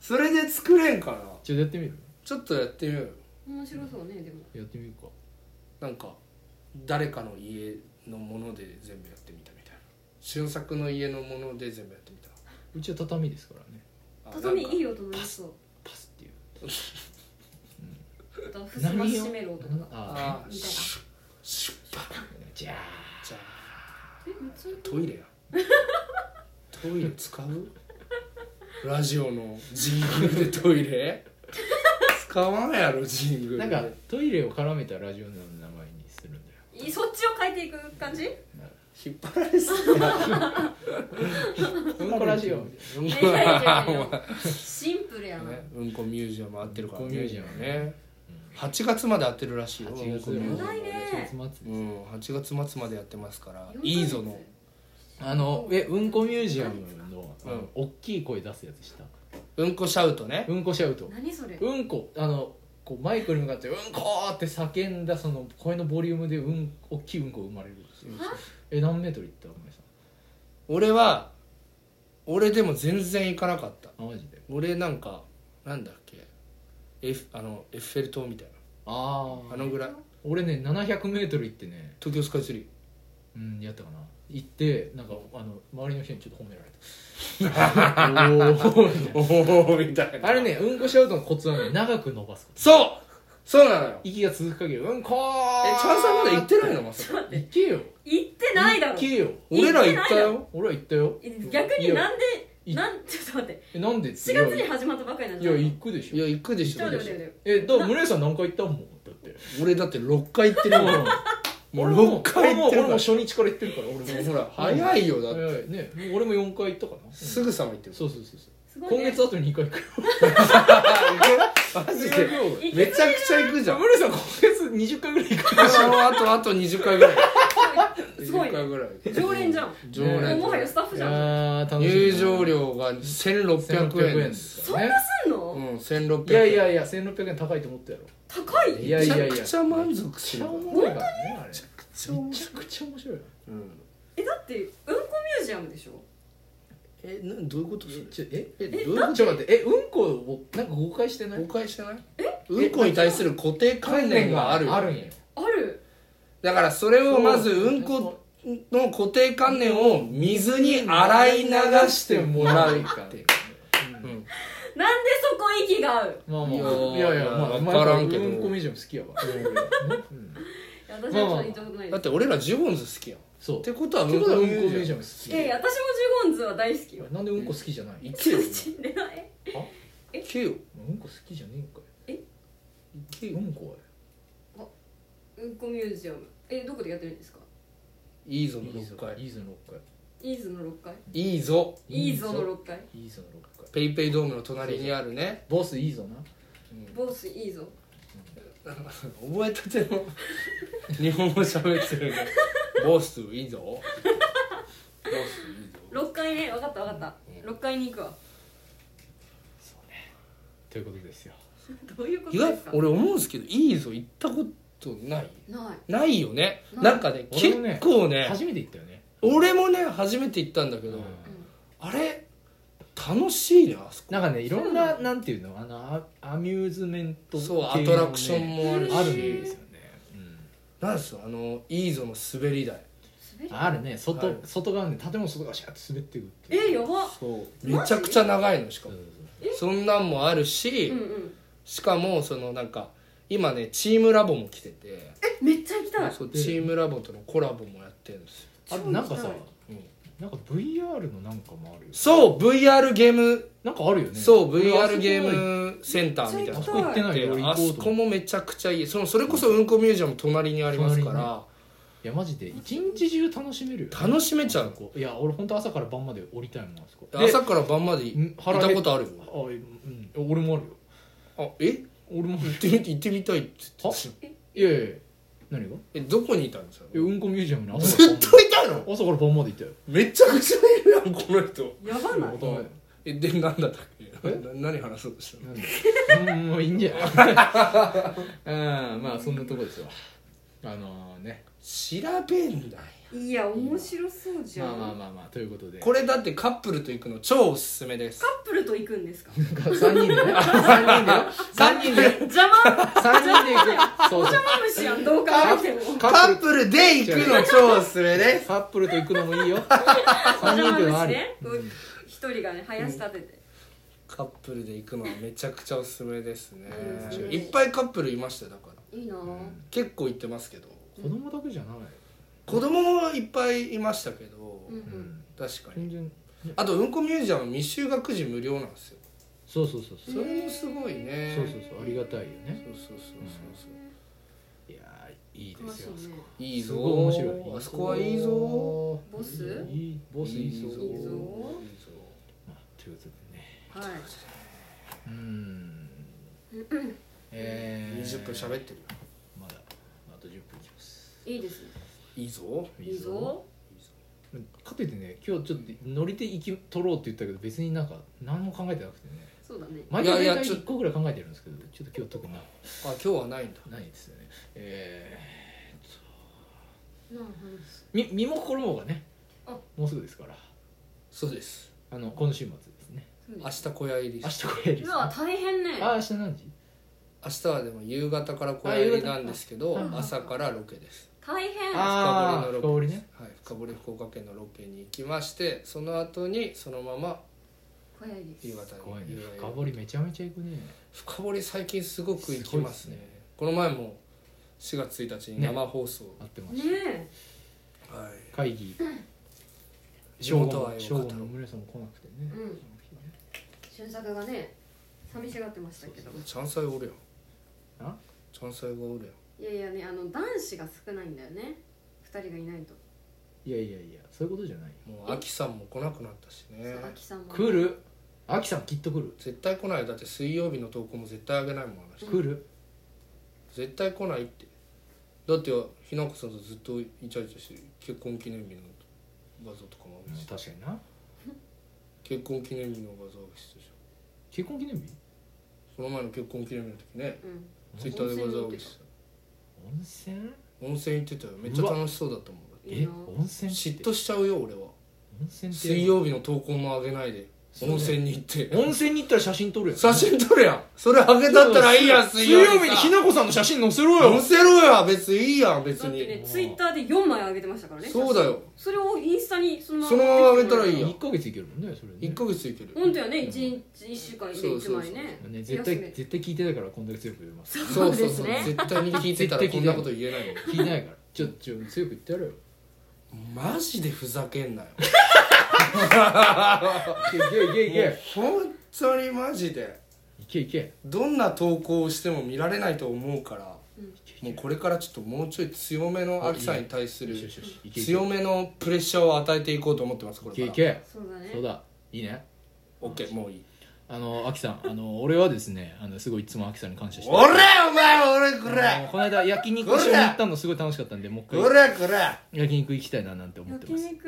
Speaker 3: それで作れんかな
Speaker 1: ちょっとやってみる
Speaker 3: ちょっとやってみようよ
Speaker 2: 面白そうねでも
Speaker 1: やってみるか
Speaker 3: なんか誰かの家のもので全部やってみたみたいな俊作の家のもので全部やってみた
Speaker 1: うちは畳ですからね
Speaker 3: あ
Speaker 2: 畳い
Speaker 3: なんか
Speaker 2: い音鳴りそう
Speaker 1: パスっていう
Speaker 2: あとふすま閉める音とか
Speaker 1: あ
Speaker 3: あ
Speaker 2: み
Speaker 3: ー
Speaker 2: たい
Speaker 3: シュッシュッパッ
Speaker 1: じゃ
Speaker 3: じゃあ
Speaker 2: えめっちゃいい
Speaker 3: トイレやトイレ使うラジオのジングルでトイ レ使わんやろジングル
Speaker 1: なんかトイレを絡めたラジオの名前にするんだよ
Speaker 2: いそっちを変えていく感じ
Speaker 3: 引っ張られすぎや
Speaker 1: うんこラジオみたいな
Speaker 2: ね
Speaker 3: うんこ
Speaker 2: いやいやいやいやシンプルやな、
Speaker 3: ねうんこミュージアム合ってるから
Speaker 1: うんこミュージアムね
Speaker 3: 8月まで合ってるらしいよ
Speaker 1: 8月
Speaker 3: うんこミュージアム
Speaker 2: 長いね
Speaker 1: 8月末
Speaker 3: うん、8月末までやってますから
Speaker 2: 四ヶ月
Speaker 3: いいぞの
Speaker 1: あのえうんこミュージアムの、
Speaker 3: う
Speaker 1: あ
Speaker 3: ん
Speaker 1: の大きい声出すやつした
Speaker 3: うんこシャウトね
Speaker 1: うんこシャウト
Speaker 2: 何それ
Speaker 1: うんこあのこうマイクに向かって「うんこ!」って叫んだその声のボリュームでうん大きいうんこ生まれるんですよ
Speaker 2: は
Speaker 1: え何メートルいったお前さん
Speaker 3: 俺は俺でも全然行かなかった
Speaker 1: あマジで
Speaker 3: 俺なんかなんだっけエフあのエッフェル塔みたい
Speaker 1: あ
Speaker 3: な
Speaker 1: あ
Speaker 3: あのぐらい
Speaker 1: 俺ね700メートル行ってね
Speaker 3: 東京スカイツリ
Speaker 1: うんやったかな行ってなんかあの周りの人にちょっと褒めら れたおー
Speaker 3: ーおおみたい
Speaker 1: あれねうんこシャウトのコツはね長く伸ばすこと
Speaker 3: そうそうなのよえ
Speaker 1: 息が続く限りうんこ
Speaker 3: チ
Speaker 1: ー
Speaker 3: ャンさんまだ行ってないのまさか
Speaker 1: 行けよ
Speaker 2: 言ってないだろ
Speaker 1: 行けよ
Speaker 3: 俺ら行ったよ
Speaker 1: 俺は行ったよ
Speaker 2: え逆になんで
Speaker 1: い
Speaker 2: なんちょっと待って
Speaker 1: えなんで
Speaker 2: 4月に始まったばかりなん
Speaker 1: い
Speaker 2: じゃ
Speaker 1: や
Speaker 2: ないの
Speaker 1: 行くでし
Speaker 3: いや
Speaker 1: ょ
Speaker 3: 行くでし
Speaker 2: ちょ
Speaker 3: ょ
Speaker 2: っと待って待って
Speaker 1: えだから村井さん何回行ったもんだって
Speaker 3: 俺だって6回行ってるもんも
Speaker 1: 俺
Speaker 3: う
Speaker 1: も
Speaker 3: 6回行
Speaker 1: 俺も
Speaker 3: ってるか
Speaker 1: 俺も
Speaker 3: ら
Speaker 1: 初日から行ってるから俺も
Speaker 3: もうほら早いよだって
Speaker 1: 早いねもう俺も4回行ったかな
Speaker 3: す
Speaker 1: ぐ
Speaker 3: ぐさま行ってる
Speaker 1: そうそうそうそう
Speaker 2: すごい、
Speaker 1: 今
Speaker 2: ね、
Speaker 1: 月あと2回行く
Speaker 3: マジ
Speaker 1: い
Speaker 3: で
Speaker 1: やいや
Speaker 2: 行
Speaker 3: め
Speaker 2: け
Speaker 3: ちゃくちゃ行くじゃん
Speaker 1: 村井さん今月20回ぐらい行く
Speaker 3: あとあと20回ぐらい
Speaker 2: すごい
Speaker 3: 20回ぐらい
Speaker 2: 常連じゃん
Speaker 3: 常
Speaker 1: ね
Speaker 3: 連
Speaker 2: もはやスタッフ
Speaker 1: い
Speaker 2: じ
Speaker 1: や
Speaker 2: ゃん
Speaker 1: ー楽しみ
Speaker 3: 入場料が1600
Speaker 1: 1600
Speaker 3: 円
Speaker 1: 円
Speaker 3: で
Speaker 1: ですす
Speaker 2: そん
Speaker 1: よね
Speaker 2: なすんの、
Speaker 3: うん1600
Speaker 1: い
Speaker 3: 円
Speaker 1: やいやいや1600円高いと思ったやろ
Speaker 2: 高い
Speaker 1: いやいやいや
Speaker 3: めちゃくちゃ満足す
Speaker 1: め
Speaker 3: る
Speaker 1: っちゃお
Speaker 3: め
Speaker 1: もろいからねあれめち
Speaker 3: ちゃ面白い
Speaker 1: ゃくちゃ面白いよ
Speaker 3: うん
Speaker 2: えだってうんこミュージアムでしょ
Speaker 3: えなどういうこと
Speaker 1: えちょえ
Speaker 3: えどう
Speaker 1: え
Speaker 3: いうこ
Speaker 1: なんちょっと待ってえうんこをなんか誤解してな
Speaker 3: と
Speaker 1: い
Speaker 3: 誤解してないうんこに対する固定観念がある
Speaker 1: あるんよ
Speaker 2: ある
Speaker 3: だからそれをまずうんこの固定観念を水に洗い流してもらうっていう、うん、
Speaker 2: なんでそこ息が合う
Speaker 1: まあまあ
Speaker 3: い
Speaker 1: いや
Speaker 3: や
Speaker 1: いやまあ
Speaker 3: わ
Speaker 1: まあ
Speaker 3: からんけど
Speaker 1: うんこミュージアム好きやわうん
Speaker 2: いや私はちょっと行ったことないで
Speaker 3: だっ
Speaker 2: す
Speaker 3: て俺らジュゴンズ好きやんっ
Speaker 1: そうってて
Speaker 3: ことは
Speaker 1: ことはうんこミュー
Speaker 3: じ
Speaker 1: ジ
Speaker 3: ゃ
Speaker 1: ア
Speaker 3: ん
Speaker 1: ム好き
Speaker 2: いやいや私もジュゴンズは大 好きよ
Speaker 1: なんでうんこ好きじゃない
Speaker 3: 行
Speaker 1: う
Speaker 3: けよ
Speaker 2: 恋愛
Speaker 3: 行けよ
Speaker 1: んこ好きじゃねえんか
Speaker 3: 行け
Speaker 1: ようんこ
Speaker 2: うんこミュージアムえどこでやってるんですか
Speaker 3: いいぞ
Speaker 1: はい
Speaker 3: の
Speaker 1: いいぞ
Speaker 3: 6回
Speaker 1: いいぞの6
Speaker 2: イーズの6階
Speaker 3: いいぞ
Speaker 1: 回
Speaker 2: イーズの6階
Speaker 1: いいぞの6回
Speaker 3: ペイペイドームの隣にあるね
Speaker 1: ボスいいぞな
Speaker 2: ボスいいぞ
Speaker 3: 覚えたて の日本語喋ってるねボスいいぞボスいいぞ
Speaker 2: 6階ね分かった分かった6階に行くわ
Speaker 1: ということですよ
Speaker 2: どういうこ
Speaker 3: 意
Speaker 2: とで
Speaker 3: 外
Speaker 2: すか
Speaker 3: 俺思うんですけどいいぞ行ったことない
Speaker 2: ない
Speaker 3: ないよね
Speaker 2: ない
Speaker 3: なんかね
Speaker 1: 俺
Speaker 3: 結
Speaker 1: もね
Speaker 3: 構ね
Speaker 1: 初めて行ったよね
Speaker 3: 俺もね初めて行ったんだけど、
Speaker 1: うん
Speaker 3: あれ楽しいねあそこ
Speaker 1: なんかねいろんななんていうのあのアアミューズメント系の
Speaker 3: そうア
Speaker 1: ね
Speaker 3: トラクションもあるし
Speaker 1: あるんですよね、うん
Speaker 3: なんですよあのいいぞの滑り台
Speaker 2: 滑り
Speaker 1: あるね外、
Speaker 3: はい
Speaker 1: 外側ね建物外側シャッと滑っていくっていう
Speaker 2: えやば
Speaker 3: そうめちゃくちゃ長いのし
Speaker 1: そ
Speaker 3: か
Speaker 1: う
Speaker 3: も
Speaker 1: そうそう
Speaker 3: そんなんもあるし、
Speaker 2: うんうん
Speaker 3: しかもそのなんか今ねチームラボも来てて
Speaker 2: えめっちゃ行きたい
Speaker 3: そうチームラボとのコラボもやってるんですよ、
Speaker 1: あとなんかさ
Speaker 2: 超行き
Speaker 3: うん
Speaker 1: なんか VR のなんかもあるよ
Speaker 3: そう VR ゲーム、
Speaker 1: なんかあるよね
Speaker 3: そう
Speaker 1: 俺あそ
Speaker 3: VR
Speaker 1: こ
Speaker 3: ゲームセンターみたい
Speaker 1: あ
Speaker 3: な
Speaker 1: そこ行ってないよ俺行
Speaker 3: あ
Speaker 1: こう
Speaker 3: そ
Speaker 1: と
Speaker 3: こ
Speaker 1: 思って
Speaker 3: もめちゃくちゃいいそのそれこそうんこミュージアム隣にありますか
Speaker 1: 隣
Speaker 3: ら、
Speaker 1: いやマジで一日中楽しめるよ、
Speaker 3: 楽しめちゃう
Speaker 1: あそこいや俺本当朝から晩まで降りたいもんあそこで
Speaker 3: 朝から晩までい
Speaker 1: うん
Speaker 3: 行ったことあるよ
Speaker 1: あうん俺もあるよ
Speaker 3: あえ
Speaker 1: 俺もあ
Speaker 3: 行っ
Speaker 1: る
Speaker 3: てみ行ってみたいって言ってた
Speaker 1: いやいやいや何が
Speaker 3: えどこにいたんですか
Speaker 1: えうんこミュージアムに朝か
Speaker 3: ず
Speaker 1: ら
Speaker 3: っといたの
Speaker 1: 朝から晩まで行ったよ
Speaker 3: めちゃくちゃいるやんこの人
Speaker 2: やばない
Speaker 1: お互い
Speaker 3: えでなんだったっけ
Speaker 1: え
Speaker 3: な何話そうとしたの
Speaker 1: なんでうん もういいんじ ゃないうんまあそんなとこですよあのね
Speaker 3: 調べんだよ
Speaker 2: いや面白そうじゃん、
Speaker 1: まあまあまあまあということで
Speaker 3: これだってカップルと行くの超おすすめです
Speaker 2: カップルと行くんですか
Speaker 1: なんか三人でね三人でよ三人で
Speaker 2: 邪魔邪
Speaker 1: 三人で行くそうそう
Speaker 2: 魔虫やんどう考えても
Speaker 1: カ
Speaker 3: カ
Speaker 1: ップル
Speaker 3: ップルで行くの超おすすめです
Speaker 1: カップルと行くのもいい よ三
Speaker 2: 邪
Speaker 1: 人
Speaker 2: 魔
Speaker 1: でもあ
Speaker 2: 虫
Speaker 1: り
Speaker 2: ねこう一人がね林立てて
Speaker 3: カップルで行くのはめちゃくちゃおすすめですね
Speaker 2: うん
Speaker 3: いっぱいカップルいましたよだから
Speaker 2: いいなぁ
Speaker 1: うん
Speaker 3: 結構行ってますけど
Speaker 1: 子供だけじゃない
Speaker 3: 子供もいっぱいいましたけど、
Speaker 2: うん
Speaker 1: う
Speaker 2: う
Speaker 1: んん
Speaker 3: 確かに
Speaker 1: 全然
Speaker 3: あとうんこミュージアム未就学児無料なんですよ
Speaker 1: そうそうそうそう
Speaker 3: それもすごいね
Speaker 1: そうそうそうありがたいよね
Speaker 3: そうそうそうそう
Speaker 1: いやーいい
Speaker 2: 詳しいね
Speaker 3: そういいぞ
Speaker 1: すごい面白い
Speaker 3: あそこはいいぞ
Speaker 2: ボス
Speaker 1: いいボスいいぞ
Speaker 2: いいぞ
Speaker 1: まあということでね
Speaker 2: は
Speaker 1: うーんえー、
Speaker 3: 20分喋ってるよ
Speaker 1: まだあと10分いきます
Speaker 2: いいいですね
Speaker 3: いいぞ
Speaker 2: いいぞ
Speaker 1: かといってね今日ちょっとノリで生き取ろうって言ったけど別になんか何も考えてなくてね
Speaker 2: そうだね
Speaker 1: 毎回
Speaker 3: いや
Speaker 1: 大
Speaker 3: いや
Speaker 1: 体
Speaker 3: ちょ
Speaker 1: 1個ぐらい考えてるんですけどちょっと今日特にな
Speaker 3: あ今日はないんだ
Speaker 1: ないですよねえ
Speaker 2: なあ
Speaker 1: ー、み身も心もがね
Speaker 2: あ
Speaker 1: もうすぐですから
Speaker 3: そうです
Speaker 1: あの今週末ですね
Speaker 2: うん
Speaker 3: 明日小屋入り
Speaker 1: 明
Speaker 3: です
Speaker 1: 日これです、
Speaker 2: う
Speaker 1: ね、
Speaker 2: わ
Speaker 1: あ
Speaker 2: 大変ね
Speaker 1: 明日何時
Speaker 3: 明日はでも夕方から小屋入りなんですけど
Speaker 1: あ夕方
Speaker 3: 朝からロケです
Speaker 2: 大変
Speaker 1: あー
Speaker 3: 深
Speaker 1: 深
Speaker 3: 掘
Speaker 1: 掘
Speaker 3: り
Speaker 1: り
Speaker 3: のロケ
Speaker 1: ね
Speaker 3: はい深掘り福岡県のロケに行きましてその後にそのまま
Speaker 2: 小屋入り
Speaker 3: 夕方に
Speaker 1: 怖いね
Speaker 3: 夕方に
Speaker 1: 深掘りめちゃめちゃいくね
Speaker 3: 深掘り最近すごく行きますね
Speaker 1: すごいですね
Speaker 3: この前も4月1日に生放送、
Speaker 1: 合ってま
Speaker 2: ね
Speaker 1: す
Speaker 2: え
Speaker 3: はい
Speaker 1: 会議
Speaker 3: 地元は
Speaker 1: 正
Speaker 3: よかっ
Speaker 1: 午
Speaker 3: た
Speaker 1: の村さんも来なくてね
Speaker 2: うん俊作がね寂しがってましたけど
Speaker 3: チャンサイおるやん
Speaker 1: あ
Speaker 3: チャンサイがおるやん
Speaker 2: いやいやねあの男子が少ないんだよね二人がいないと
Speaker 1: いやいやいやそういうことじゃないよ
Speaker 3: もうアキさんも来なくなったしね
Speaker 2: 佐々木さんも
Speaker 1: 来るあきさんきっと来る
Speaker 3: 絶対来ないよだって水曜日の投稿も絶対あげないもんあの人
Speaker 1: 来る
Speaker 3: 絶対来ないってだってひなこさんとずっとイチャイチャしてる結婚記念日の画像とかもあげして
Speaker 1: 確かにな
Speaker 3: 結婚記念日の画像あげしてたでしょ
Speaker 1: 結婚記念日
Speaker 3: この前の結婚記念日の時ね
Speaker 2: うん
Speaker 3: ツイッターで画像あげして
Speaker 1: 温泉
Speaker 3: た温泉行ってたよめっちゃ楽しそうだったもん
Speaker 2: いい
Speaker 1: え
Speaker 2: な
Speaker 1: 温泉って
Speaker 3: 嫉妬しちゃうよ俺は
Speaker 1: 温泉って
Speaker 3: 水曜日の投稿もあげないで
Speaker 1: そうね
Speaker 3: 温泉に行って
Speaker 1: 温泉に行ったら写真撮るやん
Speaker 3: 写真撮るやんそれあげたったらいいやん水
Speaker 1: 水
Speaker 3: 曜
Speaker 1: 曜
Speaker 3: 日
Speaker 1: 日にひなこさんの写真載せろ
Speaker 3: 載
Speaker 1: よ
Speaker 3: せろや別にいいやん別
Speaker 2: だって
Speaker 3: に
Speaker 2: ねツイッターで4枚上げてましたからね
Speaker 3: そうだよ
Speaker 2: それをインスタにその
Speaker 3: そのまま上げたらいいや
Speaker 1: 1ヶ月いけるもんねそれね
Speaker 3: 1ヶ月いける
Speaker 2: 本当よね一日一週間で
Speaker 3: そう
Speaker 2: 1
Speaker 3: そうそう
Speaker 2: 枚ね
Speaker 1: ね絶対絶対聞いてないからこんだけ強く言えます
Speaker 3: そうそう
Speaker 2: そ
Speaker 3: そうう
Speaker 2: ですね
Speaker 3: 絶対に聞いてたらこんなこと言えないの
Speaker 1: 聞いてないからちょちょ強く言ってやれよ
Speaker 3: マジでふざけんなよ
Speaker 1: いけいけい
Speaker 3: もう
Speaker 1: け
Speaker 3: 本当にマジで
Speaker 1: いけいけ
Speaker 3: どんな投稿をしても見られないと思うからもうこれからちょっともうちょい強めのアキさんに対する
Speaker 1: よしよしよしいけいけ
Speaker 3: 強めのプレッシャーを与えていこうと思ってますこ
Speaker 1: い
Speaker 3: れ
Speaker 1: けい
Speaker 3: から
Speaker 1: け
Speaker 2: そうだね
Speaker 1: そうだいいね
Speaker 3: OK もういい
Speaker 1: あのアキさんあの俺はですねあのすごいいつもアキさんに感謝して
Speaker 3: おらお前俺く
Speaker 1: あの
Speaker 3: れ
Speaker 1: この間焼肉一緒に行ったのすごい楽しかったんでもう一
Speaker 3: こ
Speaker 1: 回
Speaker 3: れこれ
Speaker 1: 焼肉行きたいななんて思って
Speaker 2: 焼
Speaker 1: ます
Speaker 2: 肉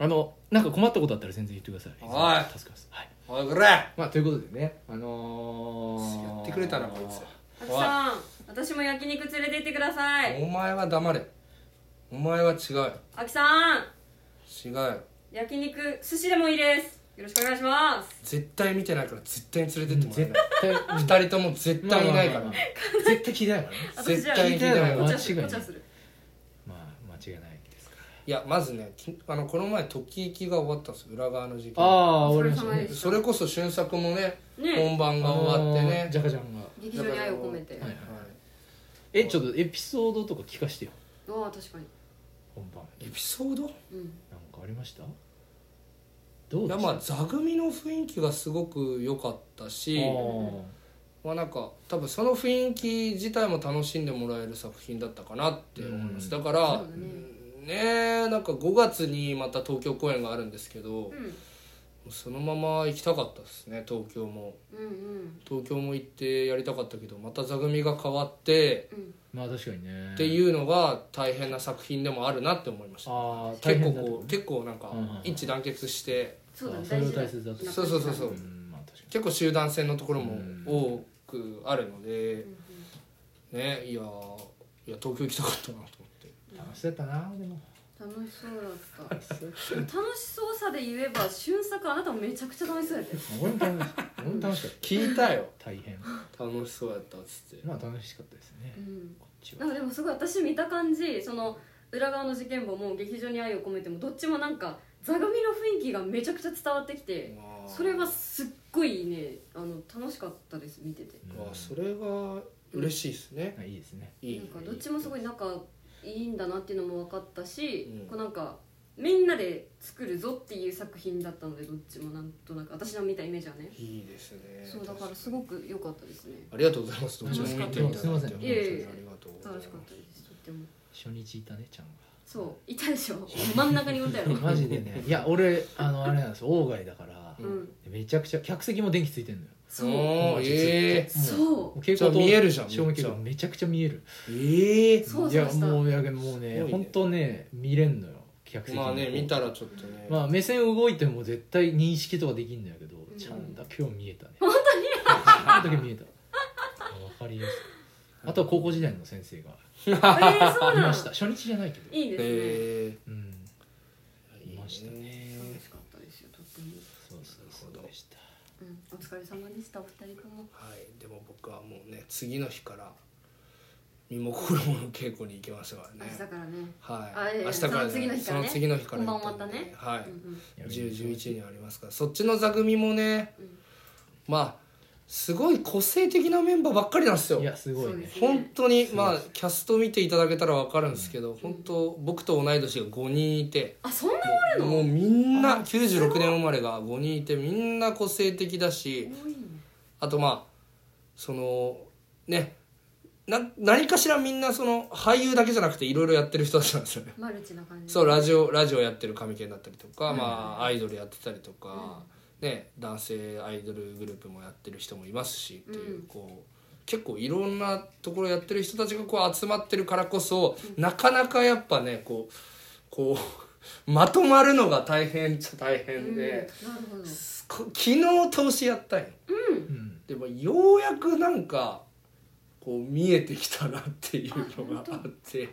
Speaker 1: あのなんか困ったことあったら全然言ってください
Speaker 3: はい
Speaker 1: 助かりますはい
Speaker 3: おいこれや
Speaker 1: まあということでねあのー、
Speaker 3: ってくれたなこいつ
Speaker 2: あきさん私も焼肉連れてってください
Speaker 3: お前は黙れお前は違うよ
Speaker 2: あきさん
Speaker 3: 違うよ
Speaker 2: 焼肉寿司でもいいですよろしくお願いします
Speaker 3: 絶対見てないから絶対に連れてっても
Speaker 1: 絶
Speaker 3: ら
Speaker 1: 対
Speaker 3: えない2人とも絶対いないから、
Speaker 1: 絶対聞いてないからね
Speaker 2: 私
Speaker 3: 絶
Speaker 2: じゃあ
Speaker 3: 対に聞いてない
Speaker 1: 間
Speaker 3: か
Speaker 2: お
Speaker 1: 違
Speaker 3: ら
Speaker 1: いな
Speaker 2: 茶
Speaker 1: い
Speaker 2: するお茶する
Speaker 1: まあ間違いないですから
Speaker 3: いやまずねきあのこの前時行きが終わったんですよ裏側の事件
Speaker 1: ああ
Speaker 2: お疲
Speaker 1: 終わり
Speaker 2: れ
Speaker 1: ました
Speaker 2: 様
Speaker 1: ね
Speaker 2: でした
Speaker 3: それこそ俊作もね
Speaker 2: ね
Speaker 3: 本番が終わって
Speaker 1: あ
Speaker 3: ね
Speaker 1: のジャカジャンが
Speaker 2: 劇場に愛を込めて
Speaker 1: は
Speaker 2: あ
Speaker 1: い
Speaker 3: は
Speaker 1: えちょっとエピソードとか聞かしてよ
Speaker 2: あ確かに
Speaker 1: 本番
Speaker 3: いエピソー
Speaker 2: うん
Speaker 3: ド
Speaker 1: なんかありましたどう
Speaker 3: い
Speaker 1: で
Speaker 3: や
Speaker 1: した
Speaker 3: まあ座組の雰囲気がすごく良かったしまあなんか多分その雰囲気自体も楽しんでもらえる作品だったかなって思います、
Speaker 1: う
Speaker 3: だから
Speaker 2: そうだね
Speaker 3: うんねえなんか5月にまた東京公演があるんですけど、
Speaker 2: うん
Speaker 3: そのまま行きたかったですね東京も
Speaker 2: うんうん
Speaker 3: 東京も行ってやりたかったけどまた座組が変わって
Speaker 2: うん
Speaker 1: まあ確かにね
Speaker 3: って
Speaker 1: う
Speaker 3: いうのが大変な作品でもあるなって思いました
Speaker 1: ああ
Speaker 3: 結構こう結構なんか
Speaker 1: うんうんうん
Speaker 3: 一致団結して
Speaker 2: そうだね
Speaker 1: あそれは
Speaker 2: 大
Speaker 1: 大
Speaker 2: 事
Speaker 1: 切だ
Speaker 2: だ
Speaker 1: と
Speaker 3: そうそうそうそう
Speaker 1: うんまあ確かに
Speaker 3: 結構集団戦のところも多くあるので
Speaker 2: うんうん
Speaker 3: ねいやーいや東京行きたかったなと思って
Speaker 1: 楽しそうだったなでも
Speaker 2: 楽しそうだった楽しそうさで言えば俊作あなたもめちゃくちゃ楽しそうやったよ
Speaker 1: 俺も楽し俺も楽しかった
Speaker 3: 聞いたよ
Speaker 1: 大変
Speaker 3: 楽しそうやったっつって
Speaker 1: まあ楽しかったですね
Speaker 2: うん
Speaker 1: こっち
Speaker 2: な
Speaker 1: は
Speaker 2: んかでもすごい私見た感じその裏側の事件簿も劇場に愛を込めてもどっちもなんか座組の雰囲気がめちゃくちゃ伝わってきて
Speaker 3: まあ
Speaker 2: それはすっごいねあの楽しかったです見てて
Speaker 3: ま
Speaker 1: う
Speaker 3: あ
Speaker 1: ん
Speaker 3: それが嬉しいですね
Speaker 1: あいいですね
Speaker 3: いい
Speaker 2: なんかどっちもすごい仲いいんだなっていうのも分かったし、
Speaker 3: うん
Speaker 2: こうなんかみんなで作るぞっていう作品だったのでどっちもなんとなく私の見たイメージはね
Speaker 3: いいですね
Speaker 2: そうだからすごく良かったですね
Speaker 3: ありがとうございます。どっちも見ていただいて。
Speaker 1: すいません
Speaker 3: 本当
Speaker 2: いえいえ
Speaker 3: にありがとうござ
Speaker 2: 楽
Speaker 3: いま
Speaker 2: し
Speaker 3: す
Speaker 2: かったですとっても
Speaker 1: 初日いたねちゃんが
Speaker 2: そういたでしょ真ん中におったや ろ
Speaker 1: マジでねいや俺あのあれなんですよ郊外だから
Speaker 2: うん
Speaker 1: めちゃくちゃ客席も電気ついてんのよ
Speaker 2: そう
Speaker 3: おーえ
Speaker 2: そう
Speaker 1: も蛍光灯
Speaker 3: じゃあ見えるじゃん
Speaker 1: 照明器がめちゃくちゃ見える
Speaker 3: えええ
Speaker 2: そう
Speaker 1: い
Speaker 2: そう
Speaker 1: や
Speaker 2: した
Speaker 1: もういやもうね
Speaker 3: すごいね
Speaker 1: 本当ね見れんのよ客席の
Speaker 3: まあね見たらちょっとね。
Speaker 1: まあ目線動いても絶対認識とかできんだけど、
Speaker 2: ん
Speaker 1: ちゃんだけは見えたね本当にちゃんだけ見えたわかりやすいあとは高校時代の先生が
Speaker 2: えー、そう
Speaker 1: い
Speaker 2: な
Speaker 1: ま
Speaker 2: の
Speaker 1: した初日じゃないけど
Speaker 2: いいですね、
Speaker 3: え
Speaker 1: うん
Speaker 3: え
Speaker 1: いました
Speaker 3: ね
Speaker 2: 楽しかったですよとっても、
Speaker 1: そうそうそうでした
Speaker 2: うん、お疲れ様でしたお二人とも
Speaker 3: はい。でも僕はもうね次の日から身も心もの稽古に行きましたから
Speaker 2: 明
Speaker 3: ね
Speaker 2: 日。からねあ
Speaker 3: は
Speaker 2: や
Speaker 3: い
Speaker 2: い
Speaker 3: い。
Speaker 2: や
Speaker 3: 明日から
Speaker 2: その次の日
Speaker 3: そ
Speaker 2: からね
Speaker 3: の次の日から行
Speaker 2: 本番
Speaker 3: んで
Speaker 2: 終わったね
Speaker 3: は
Speaker 2: う
Speaker 3: い。
Speaker 2: ん
Speaker 3: 十十一にありますから。そっちの座組もね
Speaker 2: うん、
Speaker 3: まあすごい個性的なメンバーばっかりなんですよ。
Speaker 1: いやすごい
Speaker 2: そう
Speaker 1: ね
Speaker 2: です
Speaker 3: 本当に
Speaker 1: そう
Speaker 3: まあキャスト見ていただけたら分かるんですけど本当僕と同い年が5人いて
Speaker 2: あそんな
Speaker 3: もうもうみんな96年生まれが5人いてみんな個性的だし
Speaker 2: 多いね
Speaker 3: あとまあそのねな何かしらみんなその俳優だけじゃなくていろいろやってる人たちなんですよね
Speaker 2: マルチな感じ
Speaker 3: そうラ
Speaker 2: ジ
Speaker 3: ジオラジオやってる神犬だったりとか
Speaker 2: うん
Speaker 3: まあアイドルやってたりとかね男性アイドルグループもやってる人もいますしっていううんこう結構いろんなところやってる人たちがこう集まってるからこそなかなかやっぱねこうこう まとまるのが大変っちゃ大変で
Speaker 2: なるほど
Speaker 3: すこ昨日投資やったんよ
Speaker 1: うん
Speaker 3: でもようやくなんかこう見えてきたなっていうのがあって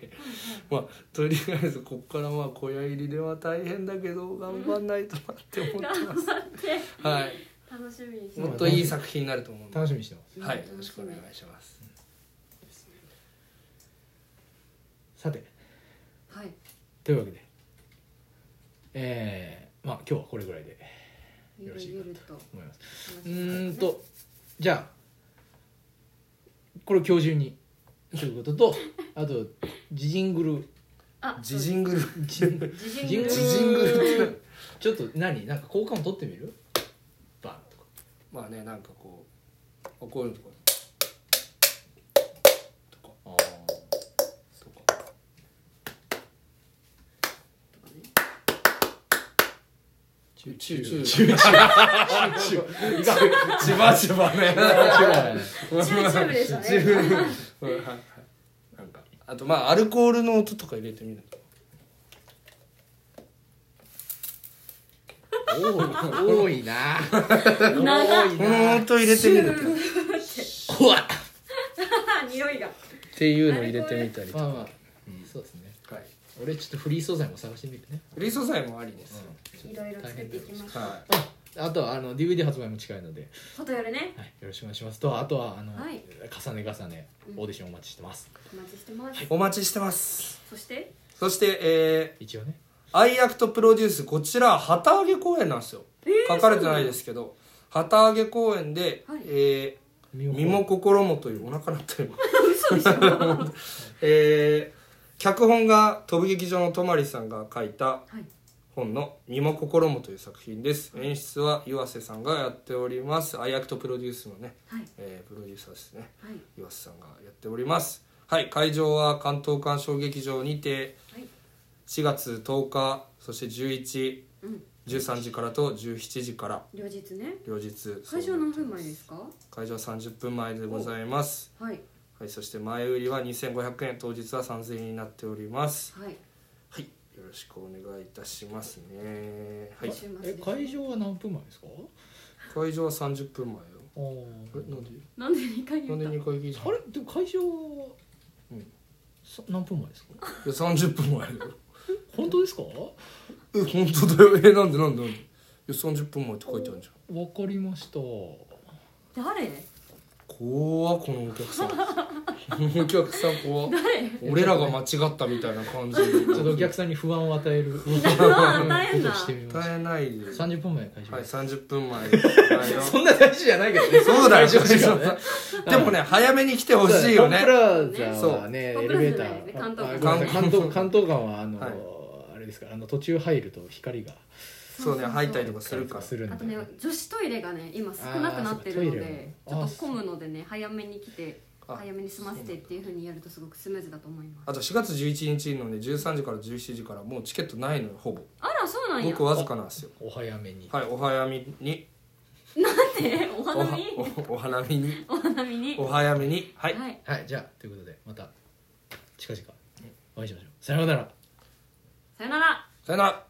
Speaker 3: まあとりあえずこっからまあ小屋入りでは大変だけど頑張んないとなって思ってま
Speaker 2: 頑張って
Speaker 3: す、はい、
Speaker 2: 楽しみにして
Speaker 3: も
Speaker 2: ま
Speaker 3: っといい作品になると思うんで
Speaker 1: 楽しみにしてます
Speaker 2: み
Speaker 3: はいよろしくお願いします
Speaker 1: さて
Speaker 2: すはい
Speaker 1: というわけでえー、まあ今日はこれぐらいで
Speaker 2: ゆるゆると
Speaker 1: 思いますう
Speaker 2: 話し
Speaker 1: ーんとじゃあこれを今日中にということとあとジジングル
Speaker 2: あ
Speaker 3: ジジングル
Speaker 1: ジングル
Speaker 2: ジジングル
Speaker 1: ジ
Speaker 3: ジジングルって
Speaker 1: ちょっと何なんか効果も取ってみるバンとか
Speaker 3: まあねなんかこうこういうのとかとか
Speaker 1: あ
Speaker 3: とか
Speaker 2: とかね
Speaker 1: チューチ
Speaker 3: チ
Speaker 1: ュ
Speaker 3: ュ
Speaker 1: ー
Speaker 3: ー
Speaker 1: チ
Speaker 3: チ
Speaker 1: ュー
Speaker 3: ュー
Speaker 1: チューチュ
Speaker 3: 千葉千葉
Speaker 1: ー
Speaker 3: ね
Speaker 2: チューチューでしたね
Speaker 3: はいはいなんかあとまあアルコールの音とか入れてみると
Speaker 1: 多いな
Speaker 2: 長い
Speaker 1: 多い
Speaker 3: この
Speaker 1: な
Speaker 3: 音入れてみると
Speaker 1: うわっ
Speaker 2: 匂いが
Speaker 3: っていうの入れてみたりと
Speaker 1: まあ
Speaker 3: か、
Speaker 1: まあそうですね
Speaker 3: はい、
Speaker 1: 俺ちょっとフリー素材も探してみるね
Speaker 3: フリー素材もありです、
Speaker 2: いろいろ作っていきましょう
Speaker 3: は
Speaker 1: ああとはあの DVD 発売も近いので、
Speaker 2: フォトやるね
Speaker 1: はい、よろしくお願いしますとあとはあの、
Speaker 2: はい
Speaker 1: 重ね重ね
Speaker 2: うん
Speaker 1: オーディションお待ちしてます、
Speaker 2: お待ちしてます、
Speaker 3: お待ちしてます
Speaker 2: そして
Speaker 3: そしてえ
Speaker 1: 一応ね
Speaker 3: ーアイアクトプロデュースこちら旗揚げ公演なんですよ、
Speaker 2: えー
Speaker 3: 書かれてないですけど旗揚げ公演で、
Speaker 2: はい
Speaker 3: え
Speaker 1: 身
Speaker 3: ー身も心もというお腹鳴ったよ
Speaker 2: 嘘でし ょ
Speaker 3: えー脚本が飛ぶ劇場のとまりさんが書いた
Speaker 2: はい
Speaker 3: 本の「身も心も」という作品です演出は岩瀬さんがやっておりますアイアクトプロデュースのね、
Speaker 2: はい
Speaker 3: えープロデューサーですね
Speaker 2: はい
Speaker 3: 岩瀬さんがやっておりますはい会場は関東鑑賞劇場にて
Speaker 2: はい
Speaker 3: 4月10日そして1113
Speaker 2: うん
Speaker 3: 時からと17時から
Speaker 2: 両日ね
Speaker 3: 両日
Speaker 2: 会場は何分前ですか
Speaker 3: 会場は30分前でございます
Speaker 2: はい
Speaker 3: はいそして前売りは2500円当日は3000円になっております
Speaker 2: はい
Speaker 3: はい、よろしくお願いいたしますね。はい、
Speaker 2: 週末
Speaker 1: え
Speaker 2: です
Speaker 1: 会場は何分前ですか
Speaker 3: 会場は三十分前よ。
Speaker 1: あ
Speaker 3: え、なんで、
Speaker 2: なんで2回
Speaker 3: な
Speaker 2: 言
Speaker 3: んで
Speaker 2: った
Speaker 3: 二回聞いた
Speaker 1: あ。れでも会場は、
Speaker 3: うん
Speaker 1: さ何分前ですか
Speaker 3: いや、三十分前よ。
Speaker 1: 本当ですかわ
Speaker 3: え、本当だよ。え、なんで、なんで、なんで。いや、三十分前って書いてあるじゃん。
Speaker 1: かりました
Speaker 2: 誰
Speaker 3: 怖っこのお客さん。 このお客さん怖っ。
Speaker 2: 誰
Speaker 3: 俺らが間違ったみたいな感じで。
Speaker 1: ちょっとお客さんに不安を与 えるこ
Speaker 2: あ与えんな
Speaker 1: としてみまし
Speaker 3: 答えないで。
Speaker 1: た30分前会場、
Speaker 3: はい、三十分前。はいよ
Speaker 1: そんな大事じゃないけどね
Speaker 3: そうだよ。
Speaker 1: 会場時間はね
Speaker 3: でもね、早めに来てほしいよね
Speaker 1: ポ。ンプラザはねエ
Speaker 2: そう
Speaker 1: レベーター
Speaker 2: ポンプラザじゃない
Speaker 1: あ
Speaker 2: ね
Speaker 1: ごめんなさい関
Speaker 3: 関東
Speaker 1: 東関東間はあの、
Speaker 3: はい
Speaker 1: あれですかあの途中入ると光が
Speaker 3: そうね、入ったりとかす
Speaker 1: す
Speaker 3: る
Speaker 1: る
Speaker 3: から。
Speaker 1: んで
Speaker 2: あとね女子トイレがね今少なくなってるので
Speaker 1: あ
Speaker 2: ち
Speaker 1: ーそうか
Speaker 2: ょっと混むのでね早めに来て
Speaker 3: あ
Speaker 2: 早めに済ませてっていうふうにやるとすごくスムーズだと思います
Speaker 3: あと4月11日のね13時から17時からもうチケットないのよほぼ
Speaker 2: あらそうなん
Speaker 3: ご
Speaker 2: や
Speaker 3: くわずかなんですよ
Speaker 1: お早めに、
Speaker 3: はいお早めに
Speaker 2: なんでお花見
Speaker 3: おはおお花見に
Speaker 2: お花見に
Speaker 3: お早めにはい、
Speaker 2: はい
Speaker 1: はいじゃあということでまた近々お会いしましょうさようなら
Speaker 2: さよなら
Speaker 3: さよなら